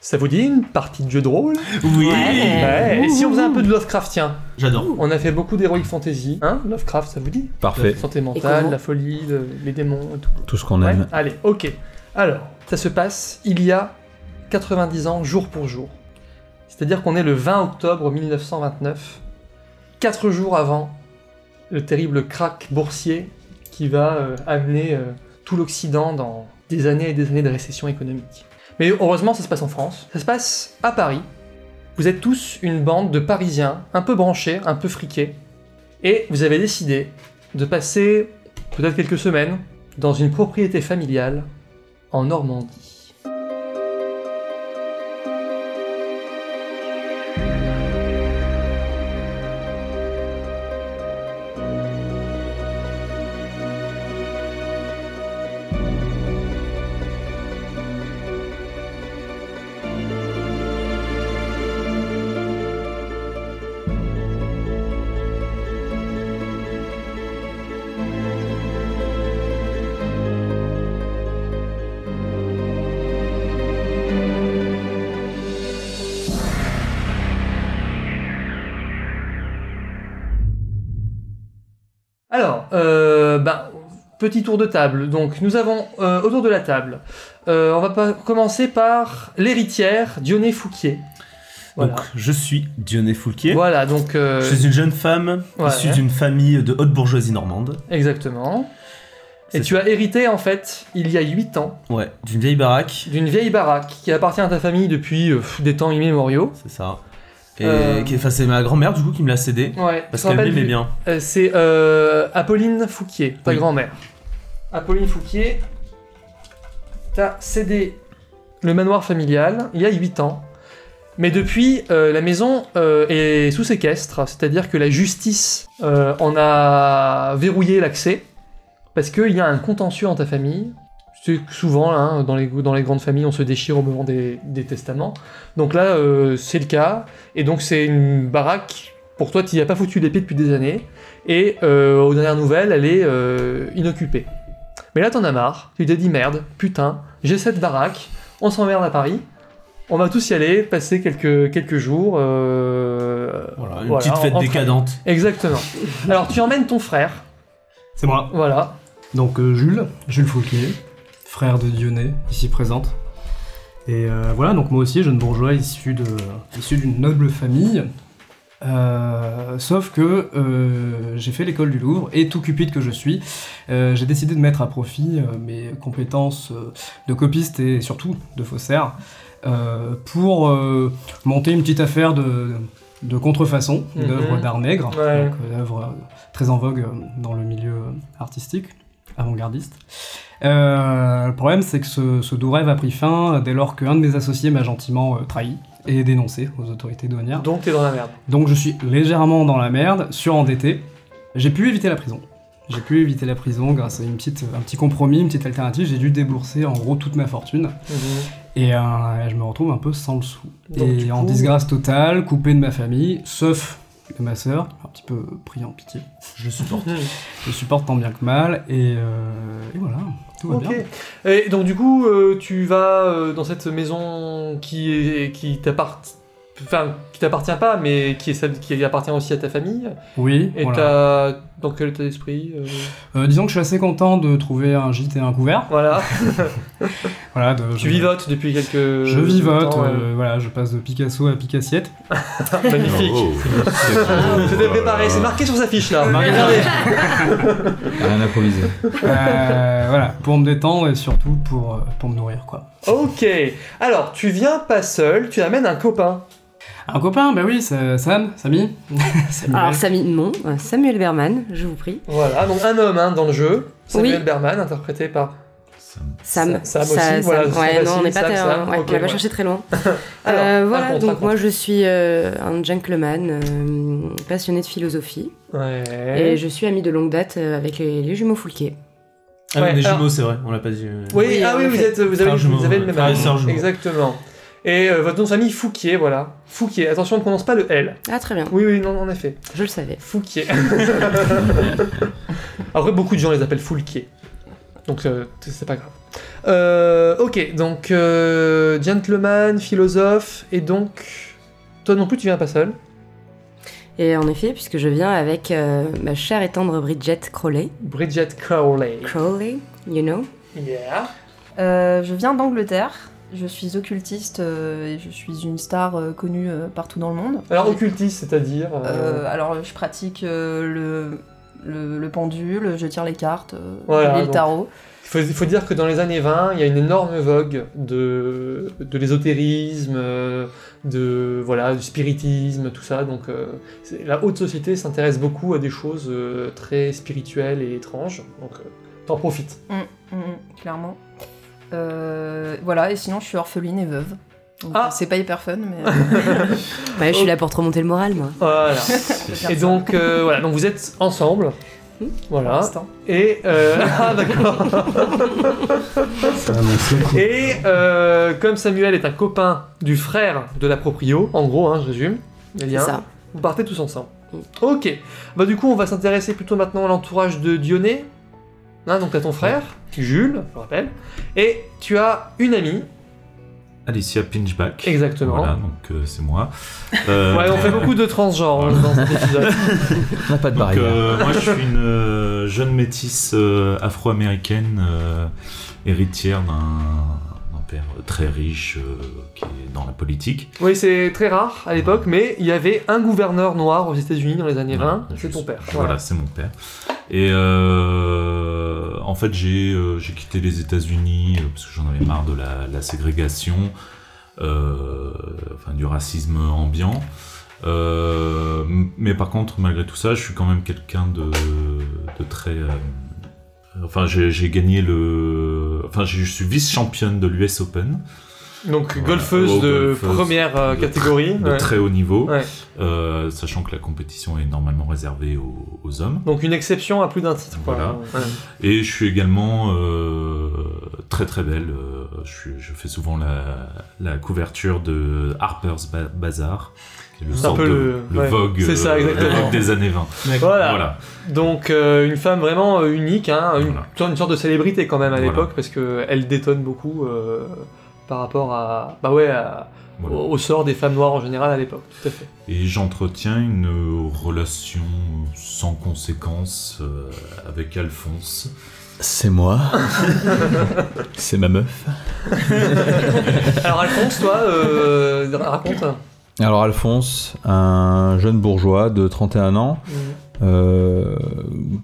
Ça vous dit une partie de jeu de rôle Oui Ouais. Ouais, Et si on faisait un peu de Lovecraftien J'adore. On a fait beaucoup d'Heroic Fantasy. Hein Lovecraft, ça vous dit Parfait. Santé Et mentale, comment la folie, le- les démons et tout. Tout ce qu'on Ouais, aime. Allez, ok. Alors, ça se passe il y a 90 ans, jour pour jour. C'est-à-dire qu'on est le 20 octobre 1929, quatre jours avant le terrible crack boursier qui va euh, amener euh, tout l'Occident dans des années et des années de récession économique. Mais heureusement, ça se passe en France. Ça se passe à Paris. Vous êtes tous une bande de Parisiens, un peu branchés, un peu friqués, et vous avez décidé de passer peut-être quelques semaines dans une propriété familiale en Normandie. Alors, euh, ben, petit tour de table. Donc, nous avons euh, autour de la table, euh, on va pas- commencer par l'héritière Dionée Fouquier. Voilà. Donc, je suis Dionée Foulquier. Voilà, donc euh, Je suis une jeune femme Ouais. issue d'une famille de haute bourgeoisie normande. exactement. Et C'est tu as hérité en fait, il y a 8 ans, Ouais, d'une vieille baraque. d'une vieille baraque qui appartient à ta famille depuis euh, pff, des temps immémoriaux. C'est ça. Et Euh. qui- enfin, c'est ma grand-mère du coup qui me l'a cédé. Ouais, Parce tu te qu'elle rappelles m'aimait du- bien. Euh, c'est euh, Apolline Fouquier, ta Oui. grand-mère. Apolline Fouquier t'a cédé le manoir familial il y a 8 ans. Mais depuis, euh, la maison euh, est sous séquestre, c'est-à-dire que la justice euh, en a verrouillé l'accès, parce qu'il y a un contentieux dans ta famille. C'est que souvent, hein, dans, les, dans les grandes familles, on se déchire au moment des, des testaments. Donc là, euh, c'est le cas, et donc c'est une baraque, pour toi, tu n'y as pas foutu les pieds depuis des années, et euh, aux dernières nouvelles, elle est euh, inoccupée. Mais là, t'en as marre. Tu t'es dit merde, putain, j'ai cette baraque, on s'emmerde à Paris, on va tous y aller, passer quelques, quelques jours. euh, Voilà, une Voilà, petite fête entre- décadente. Exactement. Alors, tu emmènes ton frère, C'est moi. voilà. Donc euh, Jules, Jules Fouquier, frère de Dionée, ici présente. Et euh, voilà, donc moi aussi, jeune bourgeois issu de- issu d'une noble famille. Euh, sauf que euh, j'ai fait l'école du Louvre et tout cupide que je suis, euh, j'ai décidé de mettre à profit euh, mes compétences euh, de copiste et surtout de faussaire euh, pour euh, monter une petite affaire de, de contrefaçon, Mhm. d'œuvre d'art nègre, Ouais. donc euh, d'œuvre euh, très en vogue euh, dans le milieu euh, artistique, avant-gardiste. Euh, le problème, c'est que ce, ce doux rêve a pris fin euh, dès lors qu'un de mes associés m'a gentiment euh, trahi et dénoncé aux autorités douanières. Donc, t'es dans la merde. Donc je suis légèrement dans la merde, surendetté. J'ai pu éviter la prison. J'ai pu éviter la prison grâce à une petite, un petit compromis, une petite alternative. J'ai dû débourser en gros toute ma fortune. Et euh, je me retrouve un peu sans le sou. Mhm. Donc, et du en coup- disgrâce totale, coupé de ma famille, sauf de ma sœur, un petit peu pris en pitié. Je le supporte. Je supporte tant bien que mal. Et, euh, et voilà, tout va Ok. bien. Et donc, du coup, euh, tu vas euh, dans cette maison qui est, qui t'appart- Enfin, qui t'appartient pas, mais qui, est, celle- qui appartient aussi à ta famille. Oui, Et voilà. t'as. Dans quel état d'esprit euh, Euh, disons que je suis assez content de trouver un gîte et un couvert. Voilà. Voilà, de, Tu je- vivotes depuis quelques. Je vivote, temps, ouais. euh, voilà, je passe de Picasso à Picassiette. Magnifique. Oh, C'était préparé, c'est marqué sur sa fiche là. Marqué sur la Regardez. Rien à proviser. Euh, voilà, pour me détendre et surtout pour, euh, pour me nourrir, quoi. Ok. Alors, tu viens pas seul, tu amènes un copain. Un copain, bah oui, c'est Sam, Samy. Samuel. Alors, Samy, non, euh, Samuel Berman, je vous prie. Voilà, donc un homme hein, dans le jeu. Samuel Oui. Berman, interprété par. Sam. Sam aussi, Sa- voilà, Sam. Sam Ouais, non, aussi, on n'est pas, Sam, très- Sam, ouais, ok, on va ouais. pas chercher très loin. Alors, Euh, raconte, voilà, donc raconte. moi je suis euh, un gentleman euh, passionné de philosophie Ouais. et je suis amie de longue date euh, avec les, les jumeaux Foulquier. Ah, Ouais, oui, on est alors- jumeaux, c'est vrai, on l'a pas dit. euh. Oui, Oui, ah en oui, vous, effet. êtes, vous, avez, Frère jumeau, vous avez le ouais. même Frère et âge. sœur jumeau. Exactement. Et euh, votre nom de famille, Fouquier, voilà. Fouquier, attention, on ne prononce pas le L. Ah, très bien, Oui, oui, non, en effet. je le savais. Fouquier. Après, beaucoup de gens les appellent Foulquier. Donc, euh, c'est pas grave. Euh, ok, donc euh, gentleman, philosophe, et donc toi non plus tu viens pas seul. Et en effet, puisque je viens avec euh, ma chère et tendre Bridget Crowley. Bridget Crowley. Crowley, you know Yeah. Euh, je viens d'Angleterre. Je suis occultiste euh, et je suis une star euh, connue euh, partout dans le monde. Alors occultiste, c'est-à-dire euh, Euh, alors, je pratique euh, le, le, le pendule, je tire les cartes, euh, Voilà, je lis le donc- tarot. faut, faut dire que dans les années 20, il y a une énorme vogue de, de l'ésotérisme, euh, de voilà, du spiritisme, tout ça. Donc euh, c'est- la haute société s'intéresse beaucoup à des choses euh, très spirituelles et étranges. Donc euh, t'en profites. Mm, mm, clairement. Euh, voilà, et sinon, je suis orpheline et veuve. Donc, Ah. euh, C'est pas hyper fun, mais. Ouais, Oh. je suis là pour te remonter le moral, moi. Voilà. je vais faire Et ça donc euh, voilà, donc vous êtes ensemble. Hmm. pour Voilà. l'instant. Et euh, ah d'accord. Ça annonce le coup. Et euh, comme Samuel est un copain du frère de la proprio, en gros, hein, je résume. eh C'est bien, ça. Vous partez tous ensemble. Mm. Ok. Bah du coup, on va s'intéresser plutôt maintenant à l'entourage de Dionée. Hein, donc t'as ton frère, Jules, je rappelle, et tu as une amie, Alicia Pinchback. exactement. Voilà, donc euh, c'est moi. Euh, Ouais, on fait beaucoup de transgenres hein, dans cet épisode. On n'a pas de Donc, barrière. euh, moi, je suis une euh, jeune métisse euh, afro-américaine, euh, héritière d'un d'un père très riche euh, qui est dans la politique. Oui, c'est très rare à l'époque, mais il y avait un gouverneur noir aux États-Unis dans les années 20, Voilà, c'est juste. ton père. Voilà, c'est mon père. Et euh, en fait, j'ai euh, j'ai quitté les États-Unis euh, parce que j'en avais marre de la, la ségrégation, euh, enfin du racisme ambiant. Euh, m- mais par contre, malgré tout ça, je suis quand même quelqu'un de, de très. euh, enfin, j'ai j'ai gagné le. Enfin, je suis vice-championne de l'US Open Donc Voilà. golfeuse Oh, de golfeuse première euh, de catégorie. de ouais. très haut niveau, Ouais. euh, sachant que la compétition est normalement réservée aux- aux hommes. Donc une exception à plus d'un titre. quoi. Voilà. Ouais. Et je suis également euh, très très belle. euh, Je, suis- je fais souvent la, la couverture de Harper's Ba- Bazaar. qui est C'est un sort peu de- le- ouais. Vogue, C'est ça, euh, le exactement. Vogue des années 20. Voilà. Voilà. Donc euh, une femme vraiment euh, unique, hein, une, Voilà. toi, une sorte de célébrité quand même à Voilà. l'époque parce que elle détonne beaucoup euh, par rapport à bah ouais à- voilà. au, au sort des femmes noires en général à l'époque. Tout à fait. Et j'entretiens une euh, relation sans conséquence euh, avec Alphonse. C'est moi. C'est ma meuf. Alors Alphonse, toi, euh, raconte. Alors Alphonse, un jeune bourgeois de 31 ans. Mm. Euh,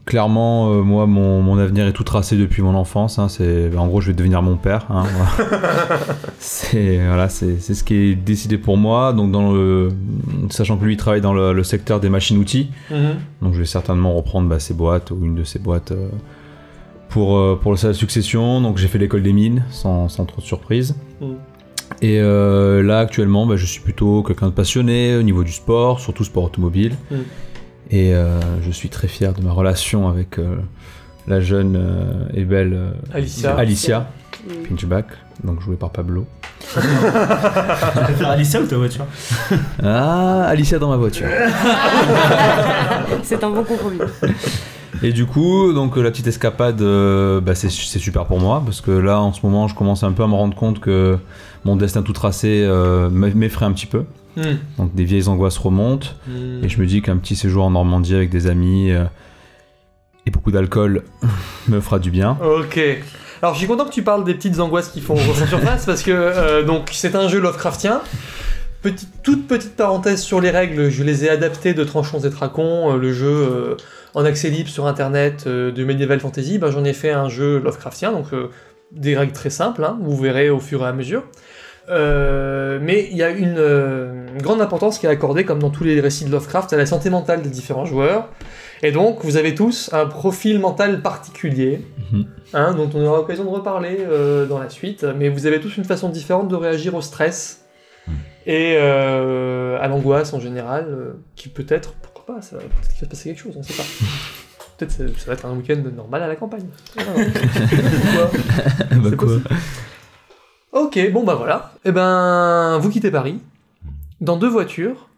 clairement, euh, moi, mon, mon avenir est tout tracé depuis mon enfance. hein, c'est, en gros, je vais devenir mon père. hein, voilà. c'est voilà, c'est c'est ce qui est décidé pour moi. Donc, dans le, sachant que lui il travaille dans le, le secteur des machines-outils, Mhm. donc je vais certainement reprendre bah, ses boîtes ou une de ses boîtes euh, pour, euh, pour la succession. Donc j'ai fait l'école des mines sans, sans trop de surprise. Mm. Et euh, là actuellement bah, je suis plutôt quelqu'un de passionné au niveau du sport, surtout sport automobile. Mm. Et euh, je suis très fier de ma relation avec euh, la jeune euh, et belle euh, Alicia. Alicia Mm. Pinchback, donc jouée par Pablo. Tu préfères Alicia ou ta voiture Ah, Alicia dans ma voiture. C'est un bon compromis. Et du coup, donc euh, la petite escapade, euh, bah, c'est c'est super pour moi parce que là, en ce moment, je commence un peu à me rendre compte que mon destin tout tracé euh, m'e- m'effraie un petit peu. Mhm. Donc des vieilles angoisses remontent Mhm. et je me dis qu'un petit séjour en Normandie avec des amis euh, et beaucoup d'alcool me fera du bien. Ok. Alors je suis content que tu parles des petites angoisses qui font ressortir surface parce que euh, donc c'est un jeu Lovecraftien. Petite, toute petite parenthèse sur les règles, je les ai adaptées de Tranchons et Tracons, euh, le jeu euh, en accès libre sur internet euh, de Medieval Fantasy, ben, j'en ai fait un jeu Lovecraftien, donc euh, des règles très simples, hein, vous verrez au fur et à mesure. Euh, mais il y a une, euh, une grande importance qui est accordée, comme dans tous les récits de Lovecraft, à la santé mentale des différents joueurs. Et donc, vous avez tous un profil mental particulier, Mhm. hein, dont on aura l'occasion de reparler euh, dans la suite, mais vous avez tous une façon différente de réagir au stress Hmm. Mhm. et euh, à l'angoisse en général, euh, qui peut-être, pourquoi pas, ça va, peut-être qu'il va se passer quelque chose, on ne sait pas. Peut-être ça, ça va être un week-end normal à la campagne. Voilà. Pourquoi Bah, c'est quoi. possible. Ok, bon bah voilà. Eh ben, vous quittez Paris dans deux voitures.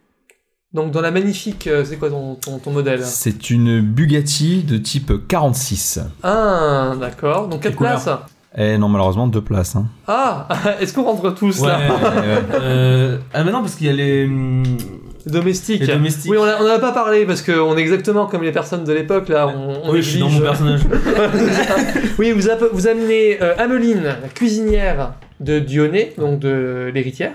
Donc dans la magnifique, euh, c'est quoi ton, ton, ton modèle C'est une Bugatti de type 46. Ah, d'accord. Donc quatre Quelle couleur places. Eh non, malheureusement, deux places. hein. Ah Est-ce qu'on rentre tous là euh, ah, mais non, parce qu'il y a les. hum, Domestique. Les domestiques. Oui, on n'en a pas parlé parce qu'on est exactement comme les personnes de l'époque là. On, on oui, je suis dans mon néglige. personnage. Oui, vous, app- vous amenez euh, Ameline, la cuisinière de Dionée, donc de l'héritière.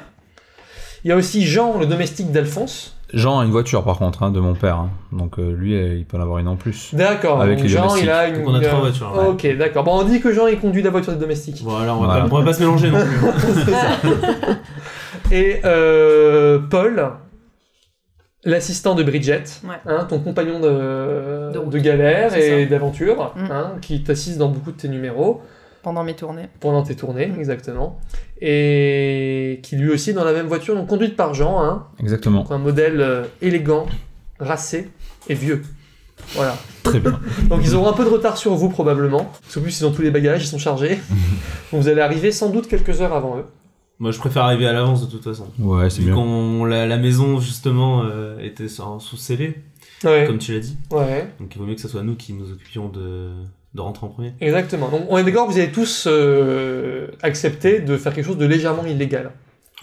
Il y a aussi Jean, le domestique d'Alphonse. Jean a une voiture, par contre, hein, de mon père. hein. Donc euh, lui, euh, il peut en avoir une en plus. D'accord. Avec donc les Jean, domestiques. il a une. Donc on a trois euh, voitures. ouais. Ok, d'accord. Bon, on dit que Jean, il conduit la voiture des domestiques. Voilà, on va, Voilà. Pas, on va pas se mélanger non plus. Et euh, Paul, l'assistant de Bridget, Ouais. hein, ton compagnon de, De route. de galère C'est et d'aventure, Mm. hein, qui t'assiste dans beaucoup de tes numéros. pendant mes tournées. pendant tes tournées, Mm. exactement. Et qui lui aussi est dans la même voiture, donc conduite par Jean, hein, Exactement. donc un modèle euh, élégant, racé et vieux. Voilà. Très bien. Donc ils auront un peu de retard sur vous probablement. Parce qu'en plus ils ont tous les bagages, ils sont chargés. donc vous allez arriver sans doute quelques heures avant eux. Moi, je préfère arriver à l'avance de toute façon. Ouais, c'est Vu bien. qu'on la, la maison justement euh, était sans- sous scellé, Ouais. comme tu l'as dit. Ouais. Donc il vaut mieux que ce soit nous qui nous occupions de, de rentrer en premier. Exactement. Donc on est d'accord, vous avez tous euh, accepté de faire quelque chose de légèrement illégal.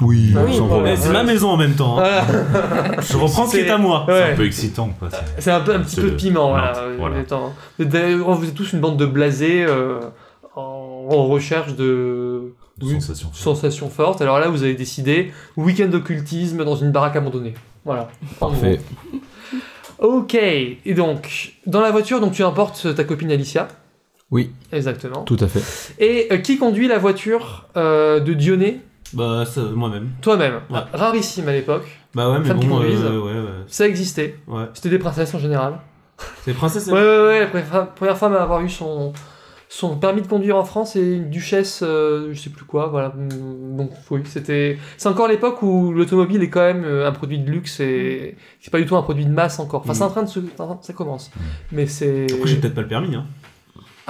Oui, Ah oui, sans voilà. problème. Bah Mais Eh, c'est ma maison en même temps. hein. Voilà. Je reprends ce qui est à moi. C'est Ouais. un peu excitant, quoi. c'est- C'est un, peu, un petit C'est peu de le- piment, voilà. Nantes, euh, voilà. les temps. Vous êtes- d'ailleurs, Vous êtes tous une bande de blasés euh, en, en recherche de Une oui, sensation. sensations fortes. Alors là, vous avez décidé week-end d'occultisme dans une baraque abandonnée. Voilà. En Parfait. gros. Ok. Et donc, dans la voiture, donc tu importes ta copine Alicia. Oui. Exactement. Tout à fait. Et euh, qui conduit la voiture euh, de Dionée Bah, ça, moi-même. Toi-même. Ouais. Rarissime à l'époque. Bah ouais, mais Femme qui bon, conduise. euh, ouais, Ça existait. ouais, ouais. C'était des princesses en général. C'est princesse. Ouais, ouais, ouais, la première, première femme à avoir eu son, son permis de conduire en France et une duchesse, euh, je sais plus quoi, voilà. Mm, Donc, oui, c'était. C'est encore l'époque où l'automobile est quand même euh, un produit de luxe et c'est pas du tout un produit de masse encore. Enfin, c'est en train de se. Ça commence. Mais c'est. Mm. Après, j'ai peut-être pas le permis. Hein.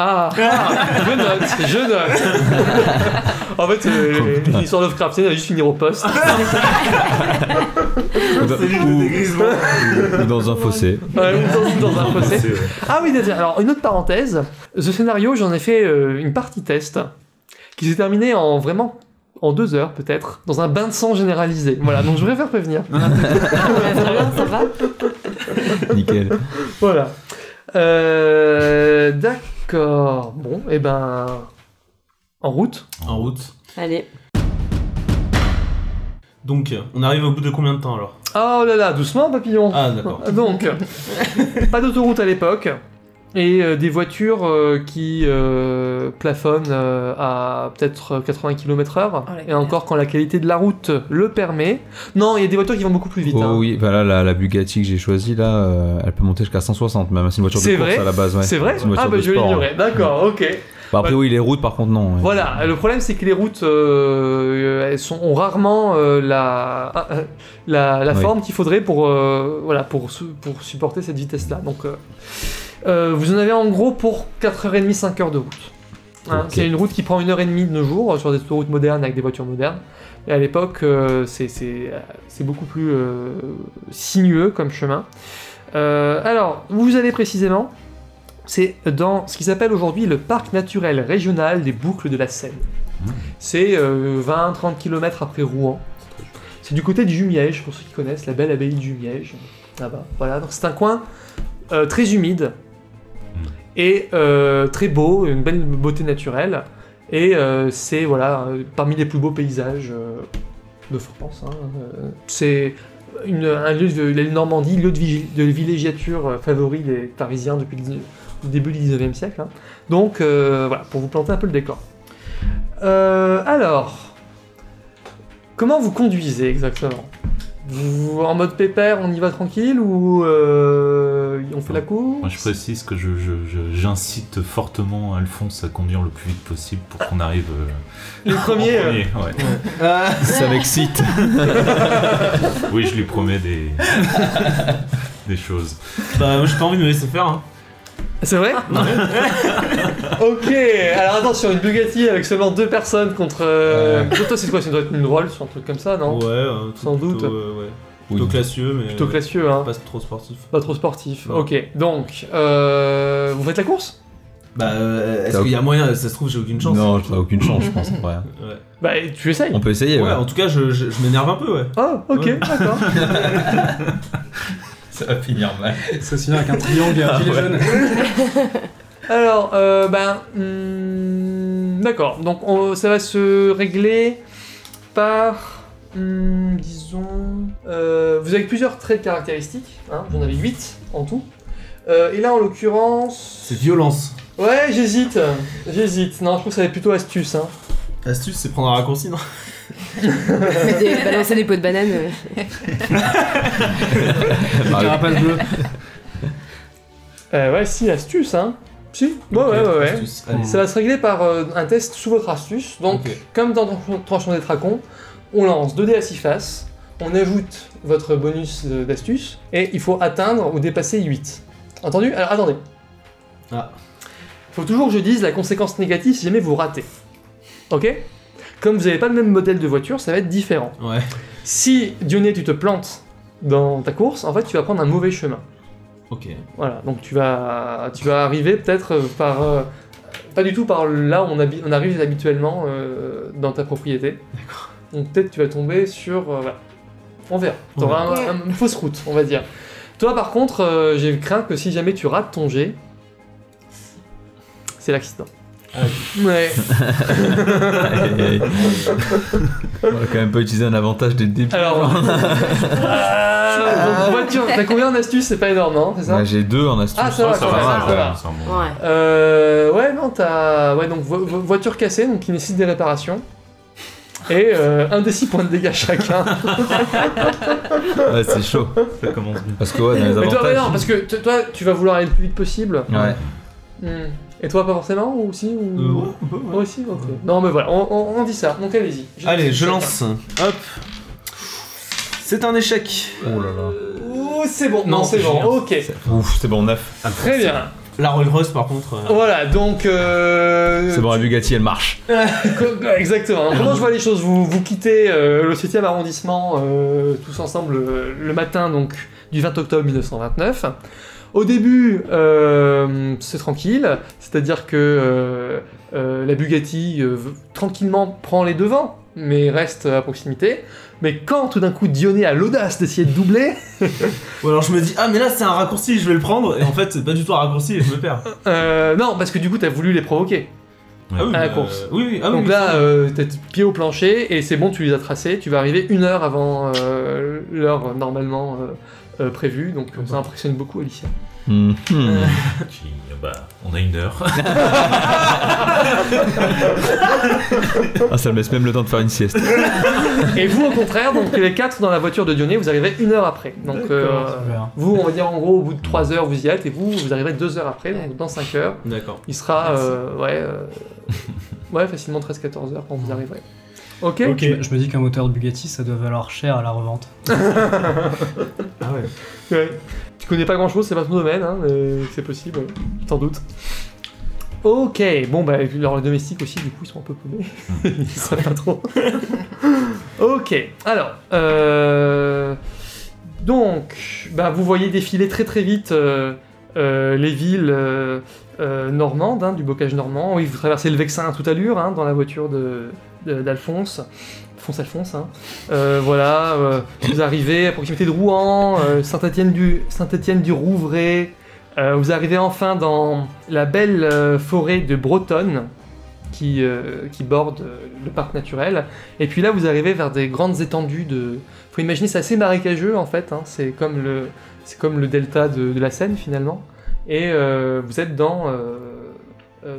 Ah, ah, Je note, je note En fait, euh, l'histoire d'Ovecraftienne elle va juste finir au poste. Ou dans- ou- ou dans un fossé. Ouais, ou Bah, dans- dans un fossé. C'est- Ah oui, d'accord. alors une autre parenthèse. Ce scénario, j'en ai fait euh, une partie test qui s'est terminée en vraiment en deux heures peut-être dans un bain de sang généralisé. Voilà, donc je voudrais faire prévenir. Très bien, ça va. Nickel. Voilà. Euh, d'accord. Bon, et ben en route. Ah. En route. Allez. Donc, euh, on arrive au bout de combien de temps alors Oh là là, doucement papillon. Ah, d'accord. Donc pas d'autoroute à l'époque. Et euh, des voitures euh, qui euh, plafonnent euh, à peut-être 80 km/h. Oh, la et encore quand la qualité de la route le permet. Non, il y a des voitures qui vont beaucoup plus vite. Oh hein. oui, voilà, la, la Bugatti que j'ai choisie là, euh, elle peut monter jusqu'à 160 même. C'est une voiture de C'est course vrai à la base, ouais. C'est vrai C'est une voiture Ah bah de je sport, hein. l'ignorais. D'accord, ok. Bah, après, oui, les routes par contre, non. ouais. Voilà, le problème c'est que les routes euh, elles sont, ont rarement euh, la, ah, euh, la, la Oui. forme qu'il faudrait pour, euh, voilà, pour, su- pour supporter cette vitesse-là. Donc euh, euh, vous en avez en gros pour 4h30, 5h de route. Hein, Ok. C'est une route qui prend 1h30 de nos jours euh, sur des autoroutes modernes avec des voitures modernes. Et à l'époque, euh, c'est c'est, euh, c'est beaucoup plus euh, sinueux comme chemin. Euh, alors, où vous allez précisément C'est dans ce qui s'appelle aujourd'hui le parc naturel régional des boucles de la Seine. C'est euh, 20-30 km après Rouen. C'est du côté de Jumièges, pour ceux qui connaissent, la belle abbaye de Jumièges. Là-bas, voilà. Donc c'est un coin euh, très humide et euh, très beau, une belle beauté naturelle. Et euh, c'est voilà euh, parmi les plus beaux paysages euh, de France. hein. Euh, c'est une- un lieu de la Normandie, lieu de, vigi- de villégiature euh, favori des Parisiens depuis le, dix- le début du 19e siècle. hein. Donc euh, voilà, pour vous planter un peu le décor. Euh, alors, comment vous conduisez exactement Vous- En mode pépère, on y va tranquille ou euh, on fait la course Moi, je précise que je- je- je- j'incite fortement Alphonse à conduire le plus vite possible pour qu'on arrive euh, Les premiers. en euh, premier, ouais. Ça m'excite. Oui, je lui promets des, des choses. Bah, moi, j'ai pas envie de me laisser faire. Hein. C'est vrai Ok, alors attends, sur une Bugatti avec seulement deux personnes contre. euh, Toi, c'est quoi Ça doit être une Rolls ou un truc comme ça, non Ouais, euh, Sans plutôt, doute. euh, ouais. Oui. Plutôt classieux, mais. Plutôt classieux, hein Pas trop sportif. Pas trop sportif. Non. Ok, donc, euh, vous faites la course Bah, euh, est-ce T'as qu'il y a moyen Ça se trouve, j'ai aucune chance. Non, t'as aucune chance, je pense. en vrai. Ouais. Bah, tu essayes. On peut essayer, Ouais, ouais. en tout cas, je, je- je m'énerve un peu, ouais. Oh, ok, Ouais. d'accord. Ça va finir mal. Ça se finit avec un triangle et Ah un filet jaune. Alors, euh, ben. hmm, d'accord. Donc, on- ça va se régler par. hmm, disons. euh, vous avez plusieurs traits de caractéristiques. Hein, vous en avez 8 en tout. Euh, et là, en l'occurrence. C'est violence. Ouais, j'hésite. J'hésite. Non, je trouve que ça va être plutôt astuce. Hein. Astuce, c'est prendre un raccourci, non Des- Balancer des pots de banane. euh. Bah, Carapace bleue. Euh, ouais, si, astuce. Hein. Si Ouais, ouais, ouais, ouais. Astuce, allez. Ça va se régler par euh, un test sous votre astuce. Donc, Ok. Comme dans Tran- Tranchant des Tracons, on lance 2 dés à 6 faces, on ajoute votre bonus euh, d'astuce, et il faut atteindre ou dépasser 8. Entendu Alors attendez. Ah. Faut toujours que je dise la conséquence négative si jamais vous ratez. Ok Comme vous n'avez pas le même modèle de voiture, ça va être différent. Ouais. Si, Dionée, tu te plantes dans ta course, en fait, tu vas prendre un mauvais chemin. Ok. Voilà, donc tu vas, tu vas arriver peut-être euh, par... euh, pas du tout par là où on, habi- on arrive habituellement euh, dans ta propriété. Donc peut-être tu vas tomber sur... euh, voilà. On verra. Tu auras verra. une fausse route, on va dire. Toi par contre, euh, j'ai craint que si jamais tu rates ton jet, c'est l'accident. Ah Ouais. on va quand même pas utiliser un avantage dès le début. Alors... euh, donc, voiture, t'as combien d'astuces C'est pas énorme, hein, c'est ça Ouais, j'ai deux en astuce. Ah, ça va, Ah, ça va, va, ça ça va, va. ça va. Ouais. Euh, ouais, non, t'as. Ouais, donc vo- vo- voiture cassée, donc qui nécessite des réparations. Et euh, un des six points de dégâts chacun. Ouais, c'est chaud. Ça commence bien. Parce que ouais, dans les mais toi, ouais, non, avantages. parce que t- toi, tu vas vouloir aller le plus vite possible. Ouais. Hmm. Et toi, pas forcément Ou si ou... Euh, ouais, un peu, ouais. Moi aussi, ok. Non, mais voilà, on, on- on dit ça, donc allez-y. Allez, je lance. Hop. C'est un échec. Oh là là. Ouh, c'est bon, non, Non, c'est c'est bon, génial. ok. Ouf, c'est bon, neuf. Très bien. La Rolls Royce, par contre. euh, Voilà, donc. euh, C'est bon, la Bugatti, elle marche. Exactement. Comment je vois les choses vous, vous quittez euh, le 7e arrondissement euh, tous ensemble euh, le matin donc du 20 octobre 1929. Au début, euh, c'est tranquille, c'est-à-dire que euh, euh, la Bugatti euh, v- tranquillement prend les devants, mais reste à proximité. Mais quand tout d'un coup Dionée a l'audace d'essayer de doubler, Ou alors je me dis, ah, mais là, c'est un raccourci, je vais le prendre. Et en fait, c'est pas du tout un raccourci et je me perds. euh, non, parce que du coup t'as voulu les provoquer. Ah oui, À la bah, course. Oui, oui, ah oui. donc oui, là, ça. euh, t'es pied au plancher et c'est bon, tu les as tracés. Tu vas arriver une heure avant euh, l'heure normalement euh, euh, prévue. Donc euh, ça impressionne beaucoup Alicia. Mhm. Qui- bah, on a une heure. Ah, ça me laisse même le temps de faire une sieste. et vous, au contraire, donc les quatre dans la voiture de Dionée, vous arrivez une heure après. Donc euh, Super. vous, on va dire en gros, au bout de trois heures, vous y êtes et vous, vous arrivez deux heures après. Donc dans cinq heures, D'accord. il sera euh, ouais, euh, ouais, facilement 13-14 heures quand vous arriverez. Ok, Je me- Je me dis qu'un moteur de Bugatti, ça doit valoir cher à la revente. Ah ouais. Ouais. Tu connais pas grand chose, c'est pas ton domaine, hein, mais c'est possible, sans doute. Ok, bon bah leurs domestiques aussi, du coup ils sont un peu paumés, ils savent pas trop. ok, alors euh, donc bah, vous voyez défiler très très vite euh, euh, les villes euh, euh, normandes, hein, du bocage normand. Oui, vous traversez le Vexin à toute allure hein, dans la voiture de de- d'Alphonse. Alphonse Alphonse, hein. Euh, voilà, euh, vous arrivez à proximité de Rouen, euh, Saint-Étienne du Saint-Étienne du Rouvray. Euh, vous arrivez enfin dans la belle euh, forêt de Bretonne qui, euh, qui borde euh, le parc naturel. Et puis là, vous arrivez vers des grandes étendues de. Faut imaginer, c'est assez marécageux en fait. hein. C'est comme le c'est comme le delta de, de la Seine finalement. Et euh, vous êtes dans euh, euh,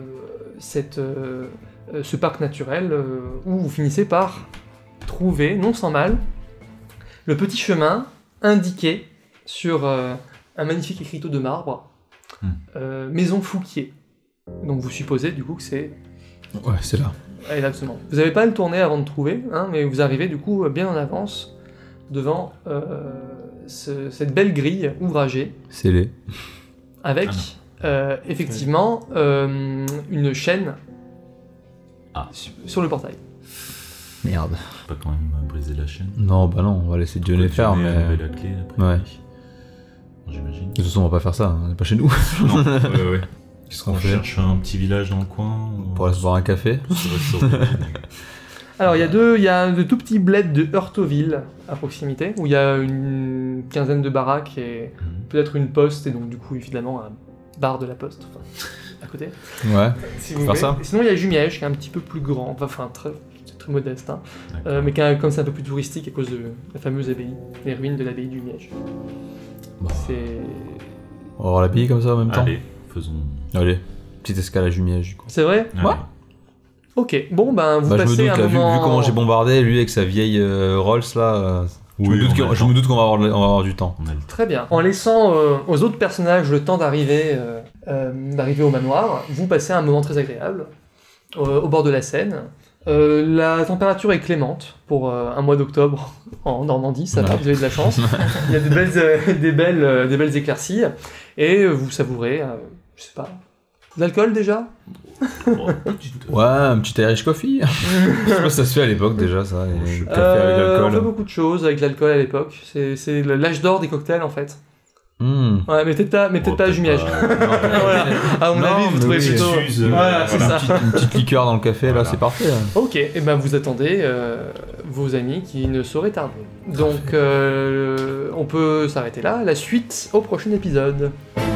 cette euh, euh, ce parc naturel euh, où vous finissez par trouver, non sans mal, le petit chemin indiqué sur euh, un magnifique écriteau de marbre, Hmm. euh, Maison Fouquier. Donc vous supposez du coup que c'est... Ouais, c'est là. Allez, absolument. Vous n'avez pas à le tourner avant de trouver, hein, mais vous arrivez du coup bien en avance devant euh, ce- cette belle grille ouvragée C'est les. avec Ah euh, effectivement euh, une chaîne Ah. sur- sur le portail. Merde. pas quand même briser la chaîne. Non, bah non, on va laisser Dieu les Dionée faire, mais. avait De la clé après. Ouais. J'imagine. toute façon, on va pas faire ça, hein, on est pas chez nous. Non, ouais, ouais. Qu'est-ce qu'on On fait cherche un petit village dans le coin. On pourrait se boire un café. Alors, il y a deux, il y a un de tout petit bled de Heurtoville à proximité, où il y a une quinzaine de baraques et Mhm. peut-être une poste, et donc du coup, évidemment, un bar de la poste, enfin, à côté. Ouais. si vous Faire voulez. ça. Et Sinon, il y a Jumièges, qui est un petit peu plus grand, enfin, très, c'est très modeste, hein, D'accord. euh, mais qui a- comme c'est un peu plus touristique à cause de la fameuse abbaye, les ruines de l'abbaye du Miège. Bon. C'est... On va voir la bille comme ça en même temps. Allez, faisons. Allez. Petite escale à Jumièges, du coup. C'est vrai Allez. Ok, bon, ben, vous Bah, je me passez doute, un là, vu, moment... vu comment j'ai bombardé, lui avec sa vieille euh, Rolls là, euh, je, Oui, me doute on a que- le je temps. me doute qu'on va, avoir de la- on va avoir du temps. On a le Très bien. En laissant euh, aux autres personnages le temps d'arriver euh, euh, d'arriver au manoir, vous passez un moment très agréable euh, au bord de la Seine. Euh, la température est clémente pour euh, un mois d'octobre en Normandie, ça va, Ouais. vous avez de la chance. Il y a des belles, euh, des belles, euh, des belles éclaircies et euh, vous savourez, euh, je sais pas, de l'alcool déjà Oh, petite- Ouais, un petit Irish coffee. je sais pas si ça se fait à l'époque déjà, ça. Les cafés Euh, avec On fait l'alcool. beaucoup de choses avec l'alcool à l'époque. C'est c'est l'âge d'or des cocktails en fait. Hmm. Ouais, mais peut-être pas, mais peut-être Oh, pas à Jumièges. Voilà. À mon Non, avis, vous mais trouvez oui, plutôt. excuse, euh, Voilà, c'est voilà. ça. Une petite- une petite liqueur dans le café, là, Voilà. c'est parfait. hein. Ok, et ben vous attendez euh, vos amis qui ne sauraient tarder. Donc euh, on peut s'arrêter là, la suite au prochain épisode. Yes.